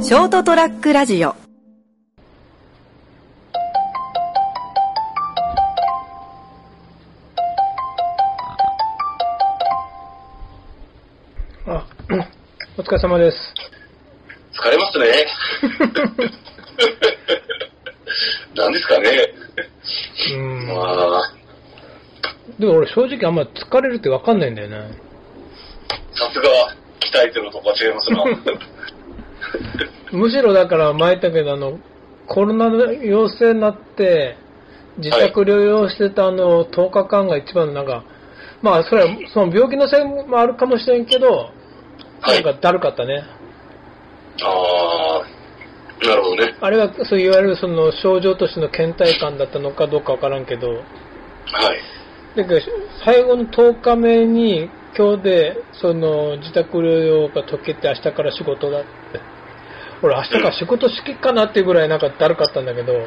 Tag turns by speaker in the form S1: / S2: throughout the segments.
S1: ショートトラックラジオ
S2: あ、お疲れ様です。
S3: 疲れますね。 なんですかね。
S2: うん。
S3: まあ、
S2: でも俺正直あんま疲れるってわかんないんだよね。
S3: さすが、鍛えてるとこは違いま すな。
S2: むしろだから前言ったけどあの、コロナの陽性になって、自宅療養してたあの、10日間が一番なんか、まあそれは、その病気のせいもあるかもしれんけど、な
S3: は
S2: ん
S3: い。
S2: かだるかったね。
S3: ああ、なるほどね。
S2: あれはそういわゆるその症状としての倦怠感だったのかどうかわからんけど、
S3: はい。
S2: だけど最後の10日目に今日でその自宅療養が解けて明日から仕事だって俺明日から仕事しきっかなっていうぐらいなんかだるかったんだけど
S3: は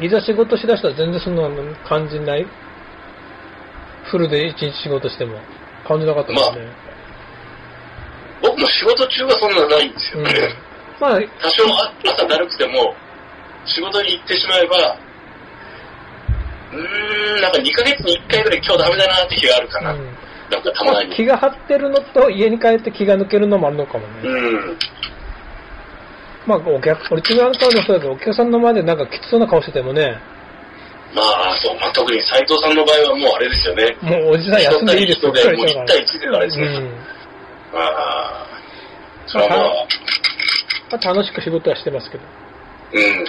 S3: い。
S2: いざ仕事しだしたら全然そんなの感じないフルで一日仕事しても感じなかったもんね、
S3: 僕も仕事中はそんなないんですよ。
S2: うんまあ
S3: 多少あ朝だるくても、仕事に行ってしまえば、うーん、なんか2ヶ月に1回ぐらい今日ダメだなって日があるかな。
S2: うん
S3: なんかたまに。
S2: 気が張ってるのと家に帰って気が抜けるのもあるのかもね、
S3: うん。
S2: まあお客俺違う顔でそうだけどお客さんの前でなんかきつそうな顔しててもね
S3: まあ、そう、まあ、特に斎藤さんの場合はもうあれですよね。
S2: もうおじさん休んでいいですよ。
S3: 一
S2: しち
S3: 対一
S2: ゃう
S3: もう一対一であれですね
S2: うん
S3: ああ、それはまあ、
S2: まあ楽しく仕事はしてますけど。
S3: うん。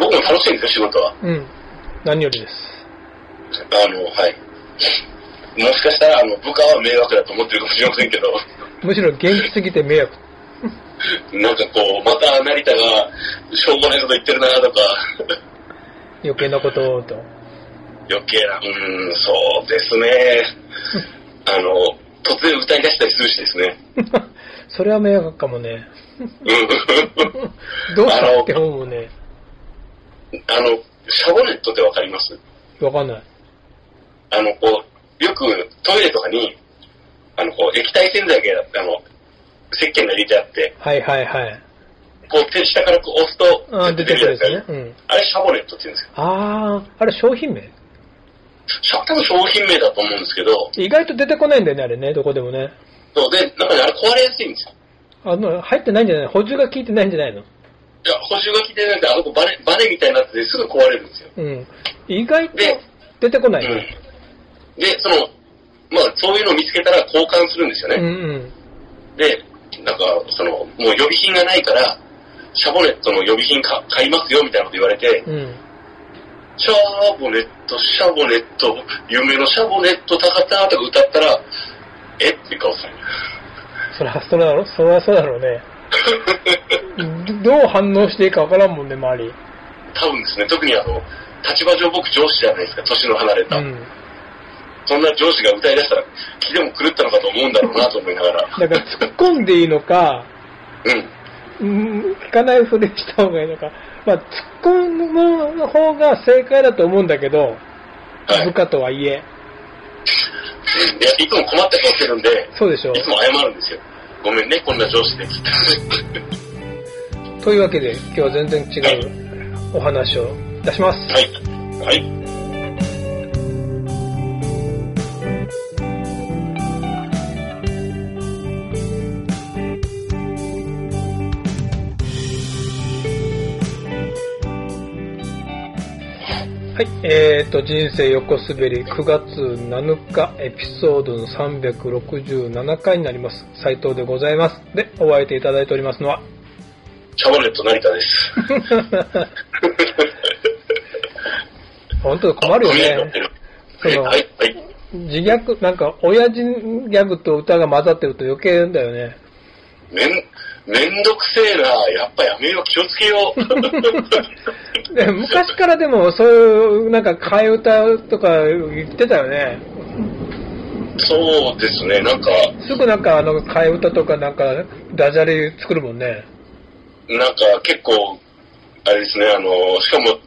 S3: 僕も楽しいんですよ、仕事は。
S2: うん。何よりです。
S3: あの、はい。もしかしたら、あの、部下は迷惑だと思ってるかもしれませんけど、
S2: むしろ元気すぎて迷惑。
S3: なんかこう、また成田が、しょうもないこと言ってるなとか、
S2: 余計なことをと。
S3: 余計な、うん、そうです ね。あの、突然歌い出したりするしですね。
S2: それは迷惑かもね。
S3: うん。
S2: どうしたって思うね。
S3: あの、シャボネットってわかります
S2: わかんない。
S3: あの、こう、よくトイレとかに、あの、こう、液体洗剤が、あの、石鹸が入れてあって、
S2: はいはいはい。
S3: こう、手下からこう押すと、
S2: あ出てくるんですね。うん。
S3: あれ、シャボネットって言うんですよ。
S2: あー、あれ商品名
S3: シャ多分商品名だと思うんですけど、
S2: 意外と出てこないんだよね、あれね。どこでもね。
S3: そうで、なんかね、あれ壊れやすいんですよ。
S2: あの、入ってないんじゃない補充が効いてないんじゃないの
S3: いや、補修が効いてなんか、あの子バネ、バネみたいになっててすぐ壊れるんですよ。
S2: うん。意外と
S3: で
S2: 出てこ
S3: う
S2: ないね。
S3: ん。で、その、まあ、そういうのを見つけたら交換するんですよね。
S2: うんうん。
S3: で、なんか、その、もう予備品がないから、シャボネットの予備品か買いますよみたいなこと言われて、
S2: うん。
S3: シャボネット、シャボネット、夢のシャボネット高田とか歌ったら、えって顔する。
S2: そりゃそうだろそりゃそうだろう ねどどう反応していいかわからんもんね周り
S3: 多分ですね、特にあの、立場上僕上司じゃないですか、年の離れた。
S2: うん
S3: そんな上司が歌い出したら、気でも狂ったのかと思うんだろうなと思いながら。
S2: だから突っ込んでいいのか
S3: うん。
S2: うん聞かないふりした方がいいのか、まあ、突っ込む方が正解だと思うんだけど
S3: はい。
S2: 部下とはいえ
S3: いや、いつも困った顔してるんで、
S2: そうでしょ
S3: いつも謝るんですよ。ごめんね、こんな上司で。
S2: というわけで今日は全然違うお話をいたします
S3: はい。はい。
S2: はい、えーと、人生横滑り9月7日エピソードの367回になります。斉藤でございます。で、お相手いただいておりますのは、
S3: シャボネット成田です。
S2: 本当困るよ
S3: ごめんな
S2: ね
S3: さ。い
S2: その
S3: はい、はい。
S2: 自虐、なんか、親父ギャグと歌が混ざってると余計だよね。
S3: めん、めんどくせえな。やっぱやめよう。気をつけよう。
S2: で昔からでも、そういう、なんか、替え歌とか言ってたよね。
S3: そうですね。なんか、
S2: すぐなんか、あの、替え歌とかなんか、ダジャレ作るもんね。
S3: なんか結構、あれですね。あの、しかも、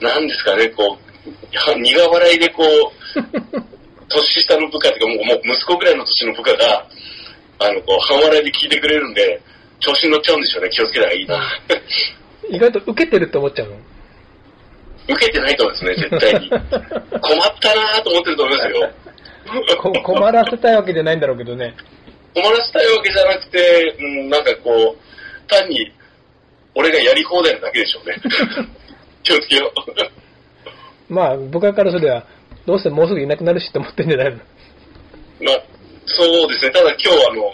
S3: なんですかね、こう、は苦笑いでこう、年下の部下というか、もうもう息子ぐらいの年の部下が、あの、こう、半笑いで聞いてくれるんで、調子に乗っちゃうんでしょうね。気をつけたらいいな。
S2: 意外と受けてるって思っちゃうの。
S3: 受けてないと思うんですね、絶 対に。困ったなーと思ってると思いますよ。
S2: こ困らせたいわけじゃないんだろうけどね。
S3: 困らせたいわけじゃなくて、うん、なんかこう、単に、俺がやり放題なだけでしょうね。 気をつけよう。
S2: まあ、僕らからすれば、どうせもうすぐいなくなるしって思ってんじゃないの
S3: まあ、そうですね。ただ今日あの、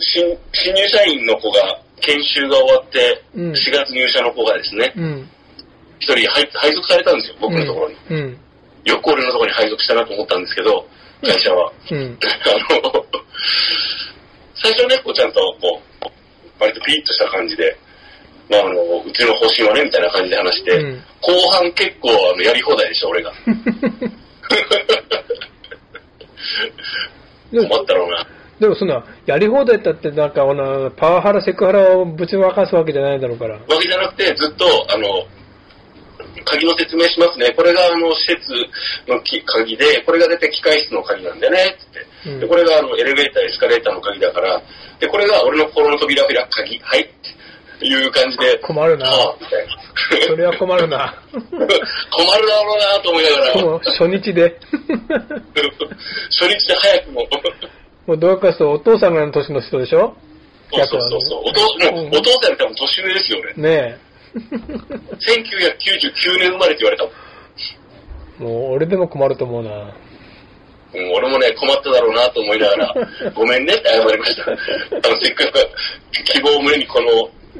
S3: 新新入社員の子が、研修が終わって、
S2: うん
S3: 4月入社の子がですね、
S2: うん。
S3: 一人配配属されたんですよ、僕のところに。
S2: うん。
S3: よく俺のところに配属したなと思ったんですけど、会社は。
S2: うん。
S3: あの、最初ね、こうちゃんと、こう、割とピリッとした感じで、まあ、あの、うちの方針はね、みたいな感じで話して、
S2: うん
S3: 後半結構、あの、やり放題でした、俺が。
S2: でも
S3: 困ったろうな。
S2: でもそんな、やり放題だってなんか、あの、パワハラ、セクハラをぶちまかすわけじゃないだろうから。
S3: わけじゃなくて、ずっと、あの、鍵の説明しますね。これが、あの、施設のき鍵で、これが出て機械室の鍵なんだよね、つって。
S2: うん
S3: で、これが、あの、エレベーター、エスカレーターの鍵だから、で、これが俺の心の扉開く鍵、はい、っていう感じで、
S2: 困るな
S3: ああみたい な。
S2: それは困るな。
S3: 困るだろうなと思いながら、
S2: もう初日 で。
S3: 初日で早くも、
S2: もうどうかするとお父さんぐらいの年の人でしょ
S3: そうそうそうそう、お父もうお父さんより多分年上ですよね。
S2: ね
S3: 1999年生まれって言われたもん。
S2: え。もう俺でも困ると思うな。
S3: うん俺もね、困っただろうなと思いなが ら、ごめんねって謝りました。あの、せっかく希望を胸にこの、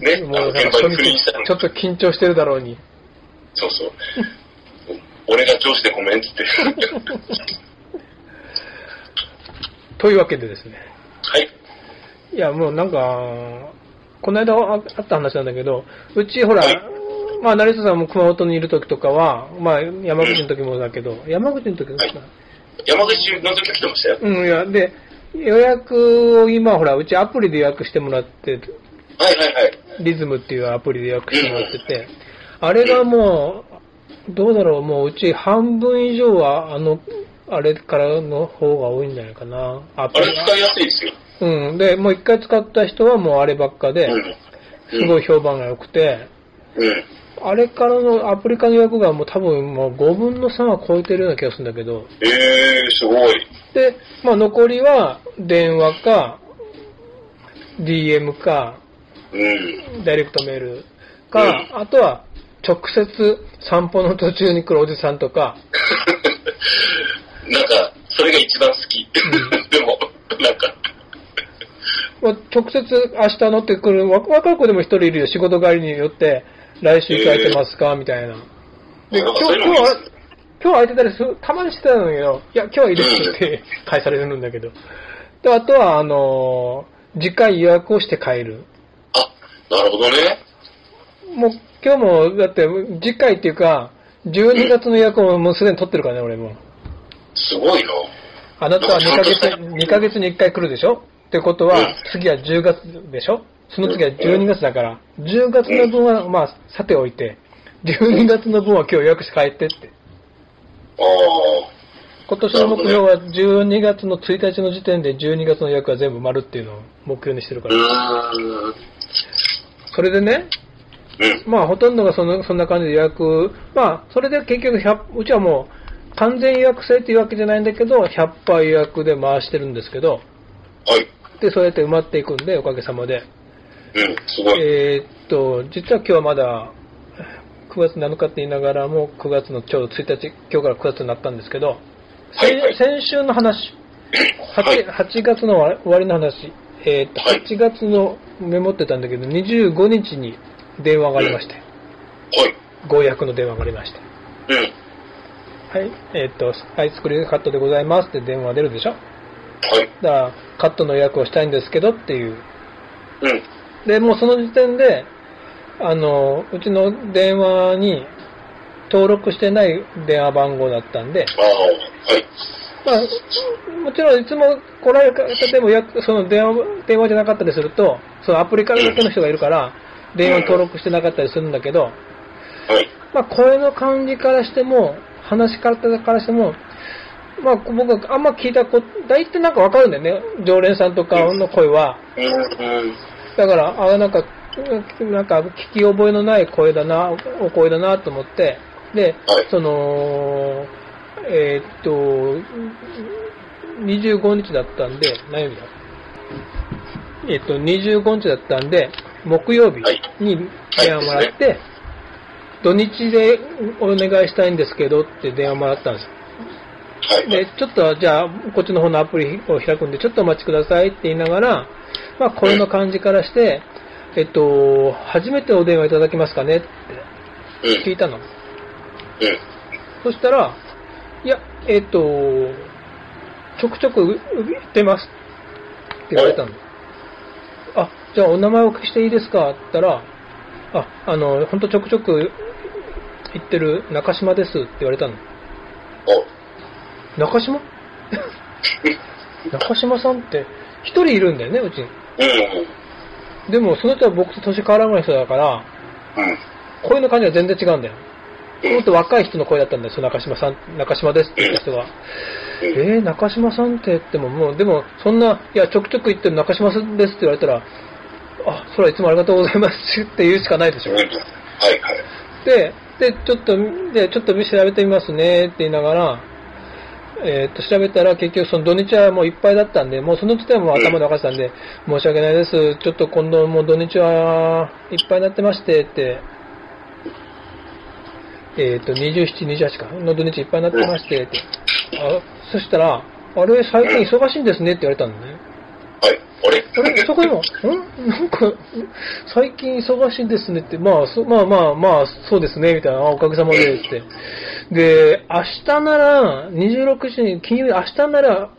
S3: ね、あ
S2: も
S3: の、
S2: うなん
S3: 現
S2: か
S3: 場
S2: 初日
S3: に赴任したの
S2: ちょっと緊張してるだろうに。
S3: そうそう。俺が上司で ごめんって言って。
S2: というわけでですね。
S3: はい。
S2: いや、もうなんか、この間ああった話なんだけど、うちほら
S3: はい、
S2: まあ、成田さんも熊本にいる時とかは、まあ、山口の時もだけど、山口の時も
S3: はい山口の時来てましたよ。
S2: うん、いや、で、予約を今ほら、うちアプリで予約してもらって、
S3: はいはいはい。
S2: リズムっていうアプリで予約してもらってて、あれがもう、どうだろう、もううち半分以上は、あの、あれからの方が多いんじゃないかな。ア
S3: あ
S2: プ
S3: れ
S2: リ
S3: 使いやすいですよ。
S2: うん。で、もう一回使った人はもうあればっかで、
S3: うん。
S2: すごい評判が良くて、
S3: うん。
S2: あれからのアプリ化の予約がもう多分もう5分の3は超えてるような気がするんだけど、
S3: ええー、すごい。
S2: で、まあ残りは電話か、DM か、
S3: うん。
S2: ダイレクトメールか、あとは直接散歩の途中に来るおじさんとか、
S3: なんか、それが一番好き。でも、なんか、
S2: まあ、直接明日乗ってくるわ若い子でも一人いるよ、仕事帰りによって、来週空いてますか、みたいな。で、
S3: な
S2: 今
S3: んか
S2: 日、
S3: そういうの
S2: 今
S3: も
S2: 日
S3: いい
S2: は今日空
S3: ですね
S2: いてたりする、たまにしてたのよ。いや、今日はいいですって 返されるんだけど。で、あとは、あのー次回予約をして帰る。
S3: あ、なるほどね。
S2: もう、今日も、だって、次回っていうか、12月の予約をもうすでに取ってるからね、俺も。
S3: すごいな。
S2: あなたは2ヶ
S3: ちゃ
S2: 月
S3: んと、した
S2: 2ヶ月に1回来るでしょってことは
S3: うん、
S2: 次は10月でしょその次は12月だから、10月の分は、まあ、さておいて、12月の分は今日予約して帰ってって。
S3: ああ。
S2: 今年の目標は12月の1日の時点で12月の予約は全部丸っていうのを目標にしてるか
S3: う
S2: ら。
S3: ーん。
S2: それでね、
S3: うん。
S2: まあほとんどがそのそんな感じで予約、まあそれで結局100、うちはもう完全予約制っていうわけじゃないんだけど、100杯予約で回してるんですけど、
S3: はい。
S2: で、そうやって埋まっていくんで、おかげさまで。
S3: うん、すごい。
S2: えーっと、実は今日はまだ9月7日って言いながらも、9月のちょうど1日、今日から9月になったんですけど、
S3: はいはい
S2: 先先週の話、
S3: はい
S2: 8, 8月の終わりの話、えーっと、
S3: はい
S2: 8月のメモってたんだけど、25日に電話がありまして、
S3: はい。
S2: ご予約の電話がありまして、
S3: うん。
S2: はい、えーっと、アイスクリームカットでございますって電話が出るでしょ。
S3: はい。
S2: だから、カットの予約をしたいんですけどっていう
S3: うん。
S2: で、もうその時点で、あの、うちの電話に登録してない電話番号だったんで、
S3: ああ、はい。
S2: まあ、もちろんいつも来られる方でもや、その電話、電話じゃなかったりすると、そのアプリからだけの人がいるから、電話に登録してなかったりするんだけど、
S3: はい。
S2: まあ、声の感じからしても、話し方からしても、まあ、僕はあんま聞いたこと、大体なんかわかるんだよね。常連さんとかの声は。
S3: うん。うん。
S2: だから、あなんか、なんか聞き覚えのない声だな、お声だなと思って、で、
S3: はい
S2: その、えーっと、25日だったんで、何曜日だえーっと、25日だったんで、木曜日に電話もらって、土日でお願いしたいんですけどって電話もらったんです。
S3: はい。
S2: で、ちょっと、じゃあ、こっちの方のアプリを開くんで、ちょっとお待ちくださいって言いながら、まあ、これの感じからして、えっと、初めてお電話いただけますかねっ
S3: う
S2: て聞
S3: ん。
S2: いたの。
S3: うん。
S2: そしたら、いや、えっと、ちょくちょくう言ってますって言われたの。あ、じゃあお名前をお聞きしていいですかって言ったら、あ、あの、ほんとちょくちょく言ってる中島ですって言われたの。
S3: お、
S2: 中島 中島さんって、一人いるんだよね、うちに。
S3: うん。
S2: でも、その人は僕と年変わらない人だから、
S3: うん。
S2: 声の感じは全然違うんだよ。
S3: うん
S2: もっと若い人の声だったんだよ、その中島さん、中島ですって言った人が。
S3: うん。
S2: えー、中島さんって言っても、もう、でも、そんな、いや、ちょくちょく言ってる中島ですって言われたら、あ、それはいつもありがとうございますって言うしかないでしょ。
S3: はいはい。
S2: で、で、ちょっと、で、ちょっと調べてみますねって言いながら、えーっと、調べたら結局その土日はもういっぱいだったんで、もうその時点はもう頭で分かってたんで、申し訳ないです。ちょっと今度もう土日はいっぱいになってましてって、えーっと、27、28か、の土日いっぱいになってましてって。あそしたら、あれ最近忙しいんですねって言われたのね。
S3: はい。あれ
S2: あれ、そこでも、んなんか、ん最近忙しいですねって、まあ、そまあまあまあ、そうですね、みたいな、あおかげさまで、って。で、明日なら、26時に、金曜日、明日なら、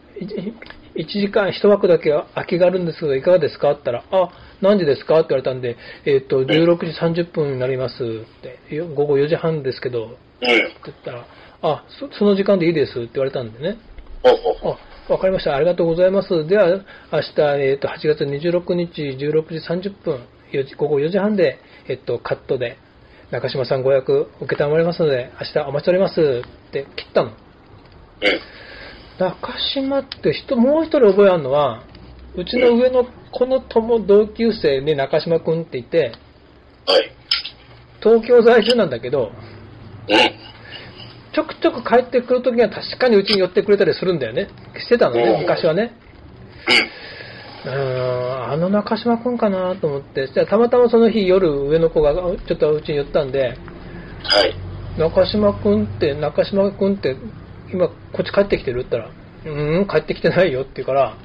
S2: 1時間、1枠だけ空きがあるんですけど、いかがですかって言ったら、あ、何時ですかって言われたんで、えっ、と、16時30分になりますって、よ午後4時半ですけど、って
S3: うん。
S2: 言ったら、あ、そその時間でいいですって言われたんでね。
S3: ほうほうほう。
S2: あ、わかりました。ありがとうございます。では、明日、えっ、と、8月26日、16時30分、4時午後4時半で、えっ、と、カットで、中島さんご予約受けたまりますので、明日お待ちしておりますって切ったの。
S3: うん。
S2: 中島って人、もう一人覚えあるのは、うちの上のこの友同級生に中島くんっていて、
S3: はい。
S2: 東京在住なんだけど、
S3: うん。
S2: ちょくちょく帰ってくるときには確かにうちに寄ってくれたりするんだよね。してたのね、昔はね。うーんあの中島くんかなと思って、じゃあたまたまその日夜上の子がちょっとうちに寄ったんで、
S3: うん。はい。
S2: 中島くんって、中島くんって今こっち帰ってきてるって言ったら、うーん、帰ってきてないよって言うから、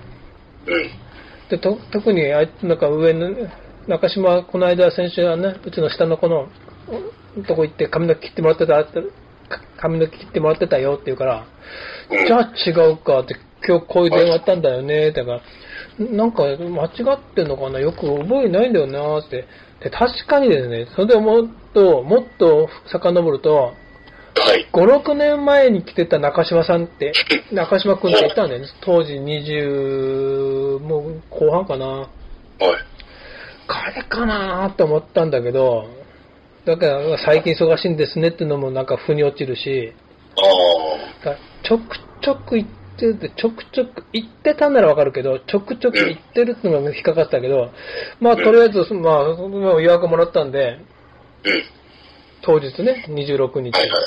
S3: うん。
S2: でと特にあいつなんか上の、中島この間先週はね、うちの下の子のうんとこ行って髪の毛切ってもらってたって、か髪の毛切ってもらってたよって言うから、
S3: うん
S2: じゃあ違うかって、今日こういう電話あったんだよね、だから、なんか間違ってんのかな、よく覚えないんだよなって。で、確かにですね、それでもっと、もっと遡ると、
S3: はい。
S2: 5、6年前に来てた中島さんっ て、中島くんっていたんだよね。当時20、もう後半かな。
S3: はい。
S2: 彼かなと思ったんだけど、だから最近忙しいんですねってのもなんか腑に落ちるし、
S3: ああ。
S2: だちょくちょく行ってて、ちょくちょく行ってたんならわかるけど、ちょくちょく行ってるってのが引っかかったけど、まあとりあえず、まあ、もう予約もらったんで、
S3: うん。
S2: 当日ね、26日
S3: はいはい。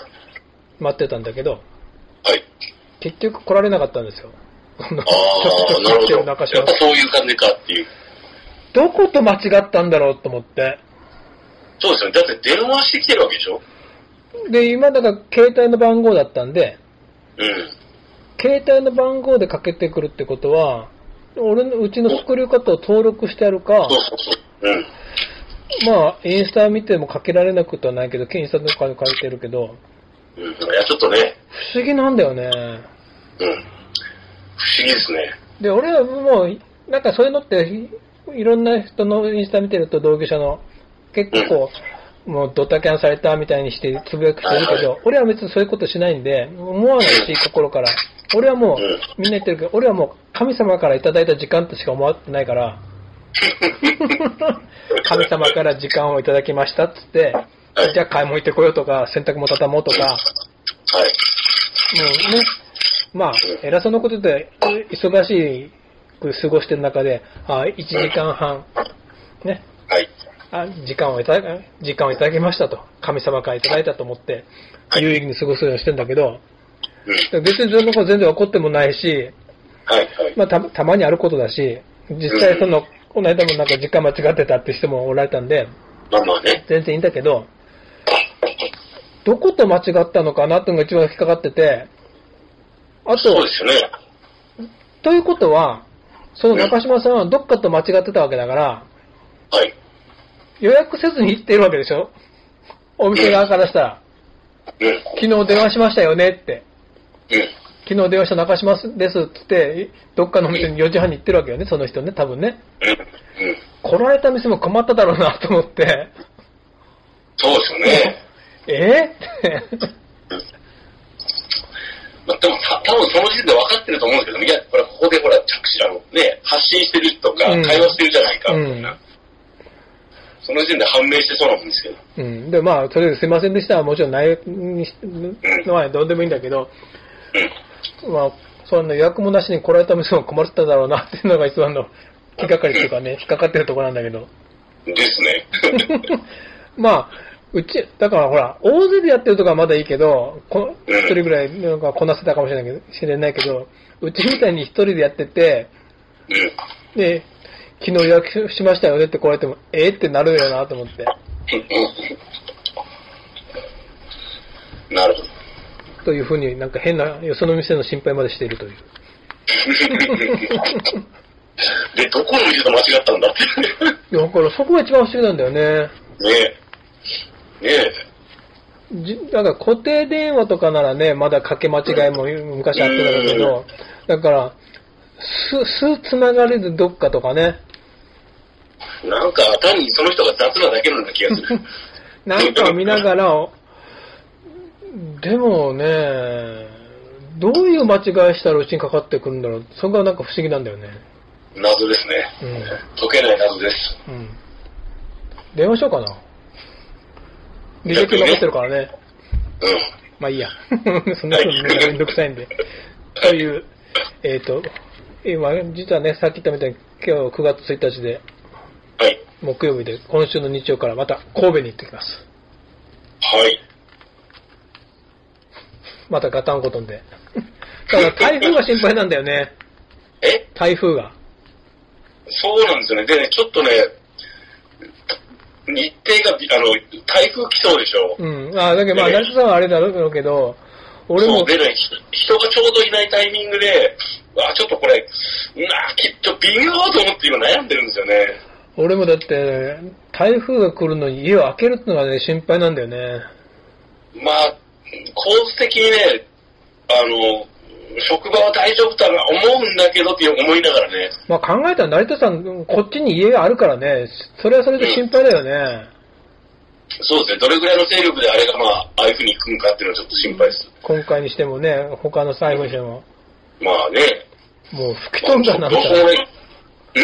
S2: 待ってたんだけど、
S3: はい。
S2: 結局来られなかったんですよ。その
S3: ああ、
S2: ち
S3: な
S2: ょくち
S3: る
S2: ょく行って
S3: ほ
S2: る
S3: ど。やっぱ
S2: 中島さん
S3: そういう感じかっていう。
S2: どこと間違ったんだろうと思って。
S3: そうですよね。だって電話してきてるわけでしょ
S2: で、今だから携帯の番号だったんで、
S3: うん。
S2: 携帯の番号でかけてくるってことは、俺のうちの作り方を登録してあるか、
S3: そうそうそう。うん。
S2: まあ、インスタ見てもかけられなくとはないけど、インスタとかに書いてるけど、
S3: うん、いや、ちょっとね、
S2: 不思議なんだよね。
S3: うん。不思議ですね。
S2: で、俺はもう、なんかそういうのって、いいろんな人のインスタ見てると同業者の、結構、もうドタキャンされたみたいにしてつぶやく人いるけど、俺は別にそういうことしないんで、思わないし、心から。俺はも
S3: うん
S2: う、みんな言ってるけど、俺はもう神様からいただいた時間としか思ってないから、神様から時間をいただきましたっつって、じゃあ買い物行ってこようとか、洗濯も畳もうとか、
S3: はい。
S2: もうね、まあ、偉そうなことで忙しく過ごしてる中で、あ1時間半、ね、
S3: はい。
S2: あ時間をいただ時間をいただきましたと、神様からいただいたと思って、
S3: はい
S2: 有意義に過ごすようにしてんだけど、
S3: うん。
S2: 別にそんなこと全然怒ってもないし、
S3: はい、はい。
S2: まあ、たたまにあることだし、実際その、この間もなんか時間間違ってたって人もおられたんで、
S3: まあまあね。
S2: 全然いいんだけど、どこと間違ったのかなっていうのが一番引っかかってて、あ
S3: そう
S2: と
S3: で、すよね。
S2: ということは、その中島さんはどっかと間違ってたわけだから、
S3: はい。
S2: 予約せずに行ってるわけでしょお店側からしたら、
S3: うん。
S2: 昨日電話しましたよねって、
S3: うん。
S2: 昨日電話した中島ですって言って、どっかのお店に4時半に行ってるわけよね、その人ね、多分ね。
S3: うん。うん。
S2: 来られた店も困っただろうなと思って、
S3: そうですよね。
S2: えーって。
S3: まあ、でもた多分その時点で分かってると思うんですけどね、いや、これここでほら、着手、あの、ね、発信してるとか、
S2: うん
S3: 会話してるじゃないか、
S2: うん
S3: みたいな。その時点で判明してそうなんですけど。
S2: うん、で、まあ、とりあえずすいませんでしたはもちろん内容にしのはどうでもいいんだけど、
S3: うん。
S2: まあ、その予約もなしに来られた店も困ってただろうなっていうのが一番の引っかかりっていうかね、引っかかってるところなんだけど。
S3: ですね。
S2: まあ、うち、だからほら、大勢でやってるとかはまだいいけど、こ
S3: うん
S2: 一人ぐらいなんかこなせたかもしれないけど、知れないけど、うちみたいに一人でやってて、
S3: うん。
S2: で、昨日予約しましたよねって来られても、えーってなるよなと思って。
S3: なるほど。
S2: というふうになんか変な、よその店の心配までしているという。
S3: で、どこの店と間違ったんだって。
S2: いやだからそこが一番不思議なんだよね。
S3: ねえ。ね
S2: じだから固定電話とかならね、まだかけ間違いも昔あってたんだけど、だから、す、すつながれるどっかとかね、
S3: え。なんか、単にその人が雑なだけのような気がす る。
S2: なんか見ながら、でもね、どういう間違いしたらうちにかかってくるんだろう、そこがなんか不思議なんだよね。
S3: 謎ですね。解けない謎です。
S2: うん。うん。電話しようかな。履歴残ってるからね。
S3: うん。
S2: まあいいや。 そんなのめんどくさいんで。という、えっ、と、今、実はね、さっき言ったみたいに、今日9月1日で、
S3: はい。
S2: 木曜日で、今週の日曜からまた神戸に行ってきます。
S3: はい。
S2: またガタンゴトンで。 ただ台風が心配なんだよね。
S3: え
S2: 台風が。
S3: そうなんですよね。でね、ちょっとね、日程がび、あの、台風来そうでしょ。
S2: うん。あだけど、まあ、成田さんはあれだろうけど、俺
S3: そ
S2: も
S3: う、でね、ひ人がちょうどいないタイミングで、あ、ちょっとこれ、なあ、きっと微妙と思って今悩んでるんですよね。
S2: 俺もだって、台風が来るのに家を開けるってのがね、心配なんだよね。
S3: まあ、構図的にね、あの、職場は大丈夫だな、思うんだけどって思いながらね、
S2: まあ考えたら成田さん、こっちに家があるからね、それはそれで心配だよね。
S3: そうですね、どれぐらいの勢力であれがまあ、ああいう風に行くんかっていうのはちょっと心配です。
S2: 今回にしてもね、他の裁判所も、
S3: まあね、
S2: もう吹き飛んだ
S3: ま
S2: な
S3: あ
S2: ん
S3: どう
S2: た
S3: しようも
S2: ら、
S3: ない。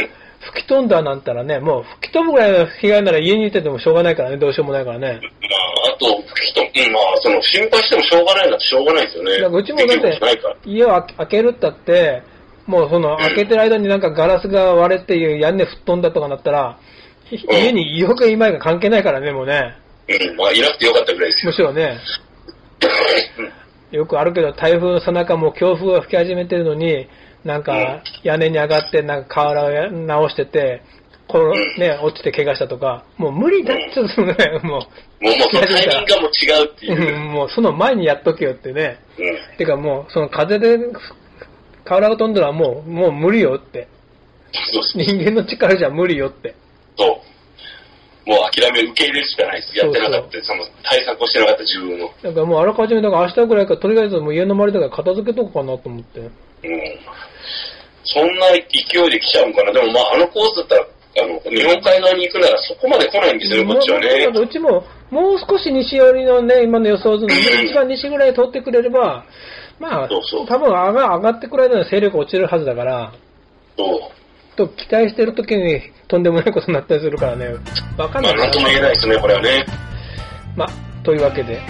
S3: ん
S2: 吹き飛んだなんたらね、もう吹き飛ぶぐらいの被害なら家にいててもしょうがないからね、どうしようもないからね。
S3: まあ、あと、人、うん、まあ、その、心配してもしょうがないなってしょうがないですよね。
S2: だからうちもだっ
S3: できることない
S2: て
S3: から。、
S2: 家を開けるったって、もうその開けてる間になんかガラスが割れて屋根吹っ飛んだとかなったら、ひ
S3: うん
S2: 家にいようがいまいが関係ないからね、もうね。
S3: うん、まあ、いなくてよかったぐらいですよ
S2: む。しろね、
S3: うん
S2: よくあるけど、台風のさなかもう強風が吹き始めてるのに、なん
S3: うん
S2: か屋根に上がって、なんか瓦をや直してて、こう
S3: うん
S2: ね、落ちて怪我したとか、もう無理だっつうのね、も、
S3: もう、もう、そのタイミングがもう違うっていうう。
S2: もうその前にやっとけよってね。
S3: うん。
S2: てかもう、その風で瓦が飛んだらもう、もう無理よって。
S3: そうそう。
S2: 人間の力じゃ無理よって。
S3: そうもう諦め、受け入れるしかないです。やってなかったその、対策をしてなかった自分を。
S2: だからもうあらかじめ、だから明日ぐらいからとりあえずもう家の周りだから片付けとこうかなと思って。
S3: うん。そんな勢いで来ちゃうんかな。でも、まあ、あのコースだったら、あの、日本海側に行くならそこまで来ないんですよね、こっちはね。
S2: もううちも、もう少し西寄りのね、今の予想図の一番西ぐらい通ってくれれば、まあ、
S3: そうそう
S2: 多分上が上がってくらいの勢力落ちるはずだから、
S3: そう。
S2: と期待してる時にとんでもないことになったりするからね、わかん
S3: ま
S2: な
S3: あ、
S2: い
S3: なんとも
S2: な
S3: 言えないですね、これはね。
S2: まあ、というわけで、だ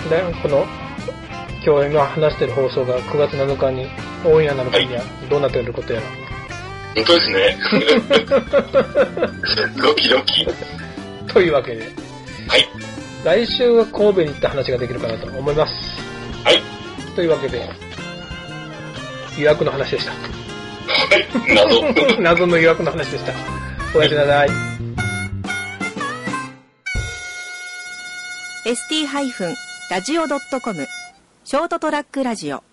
S2: この、今日今話してる放送が9月7日に、オンエアなる日にはどうなってることやら、
S3: 本当ですね。ドキドキ。
S2: というわけで、
S3: はい。
S2: 来週は神戸に行った話ができるかなと思います。
S3: はい。
S2: というわけで、予約の話でした。
S3: はい。
S2: 謎
S3: 謎。
S2: の誘惑の話でした。おやすみなさい。
S1: ST-radio.com ショートトラックラジオ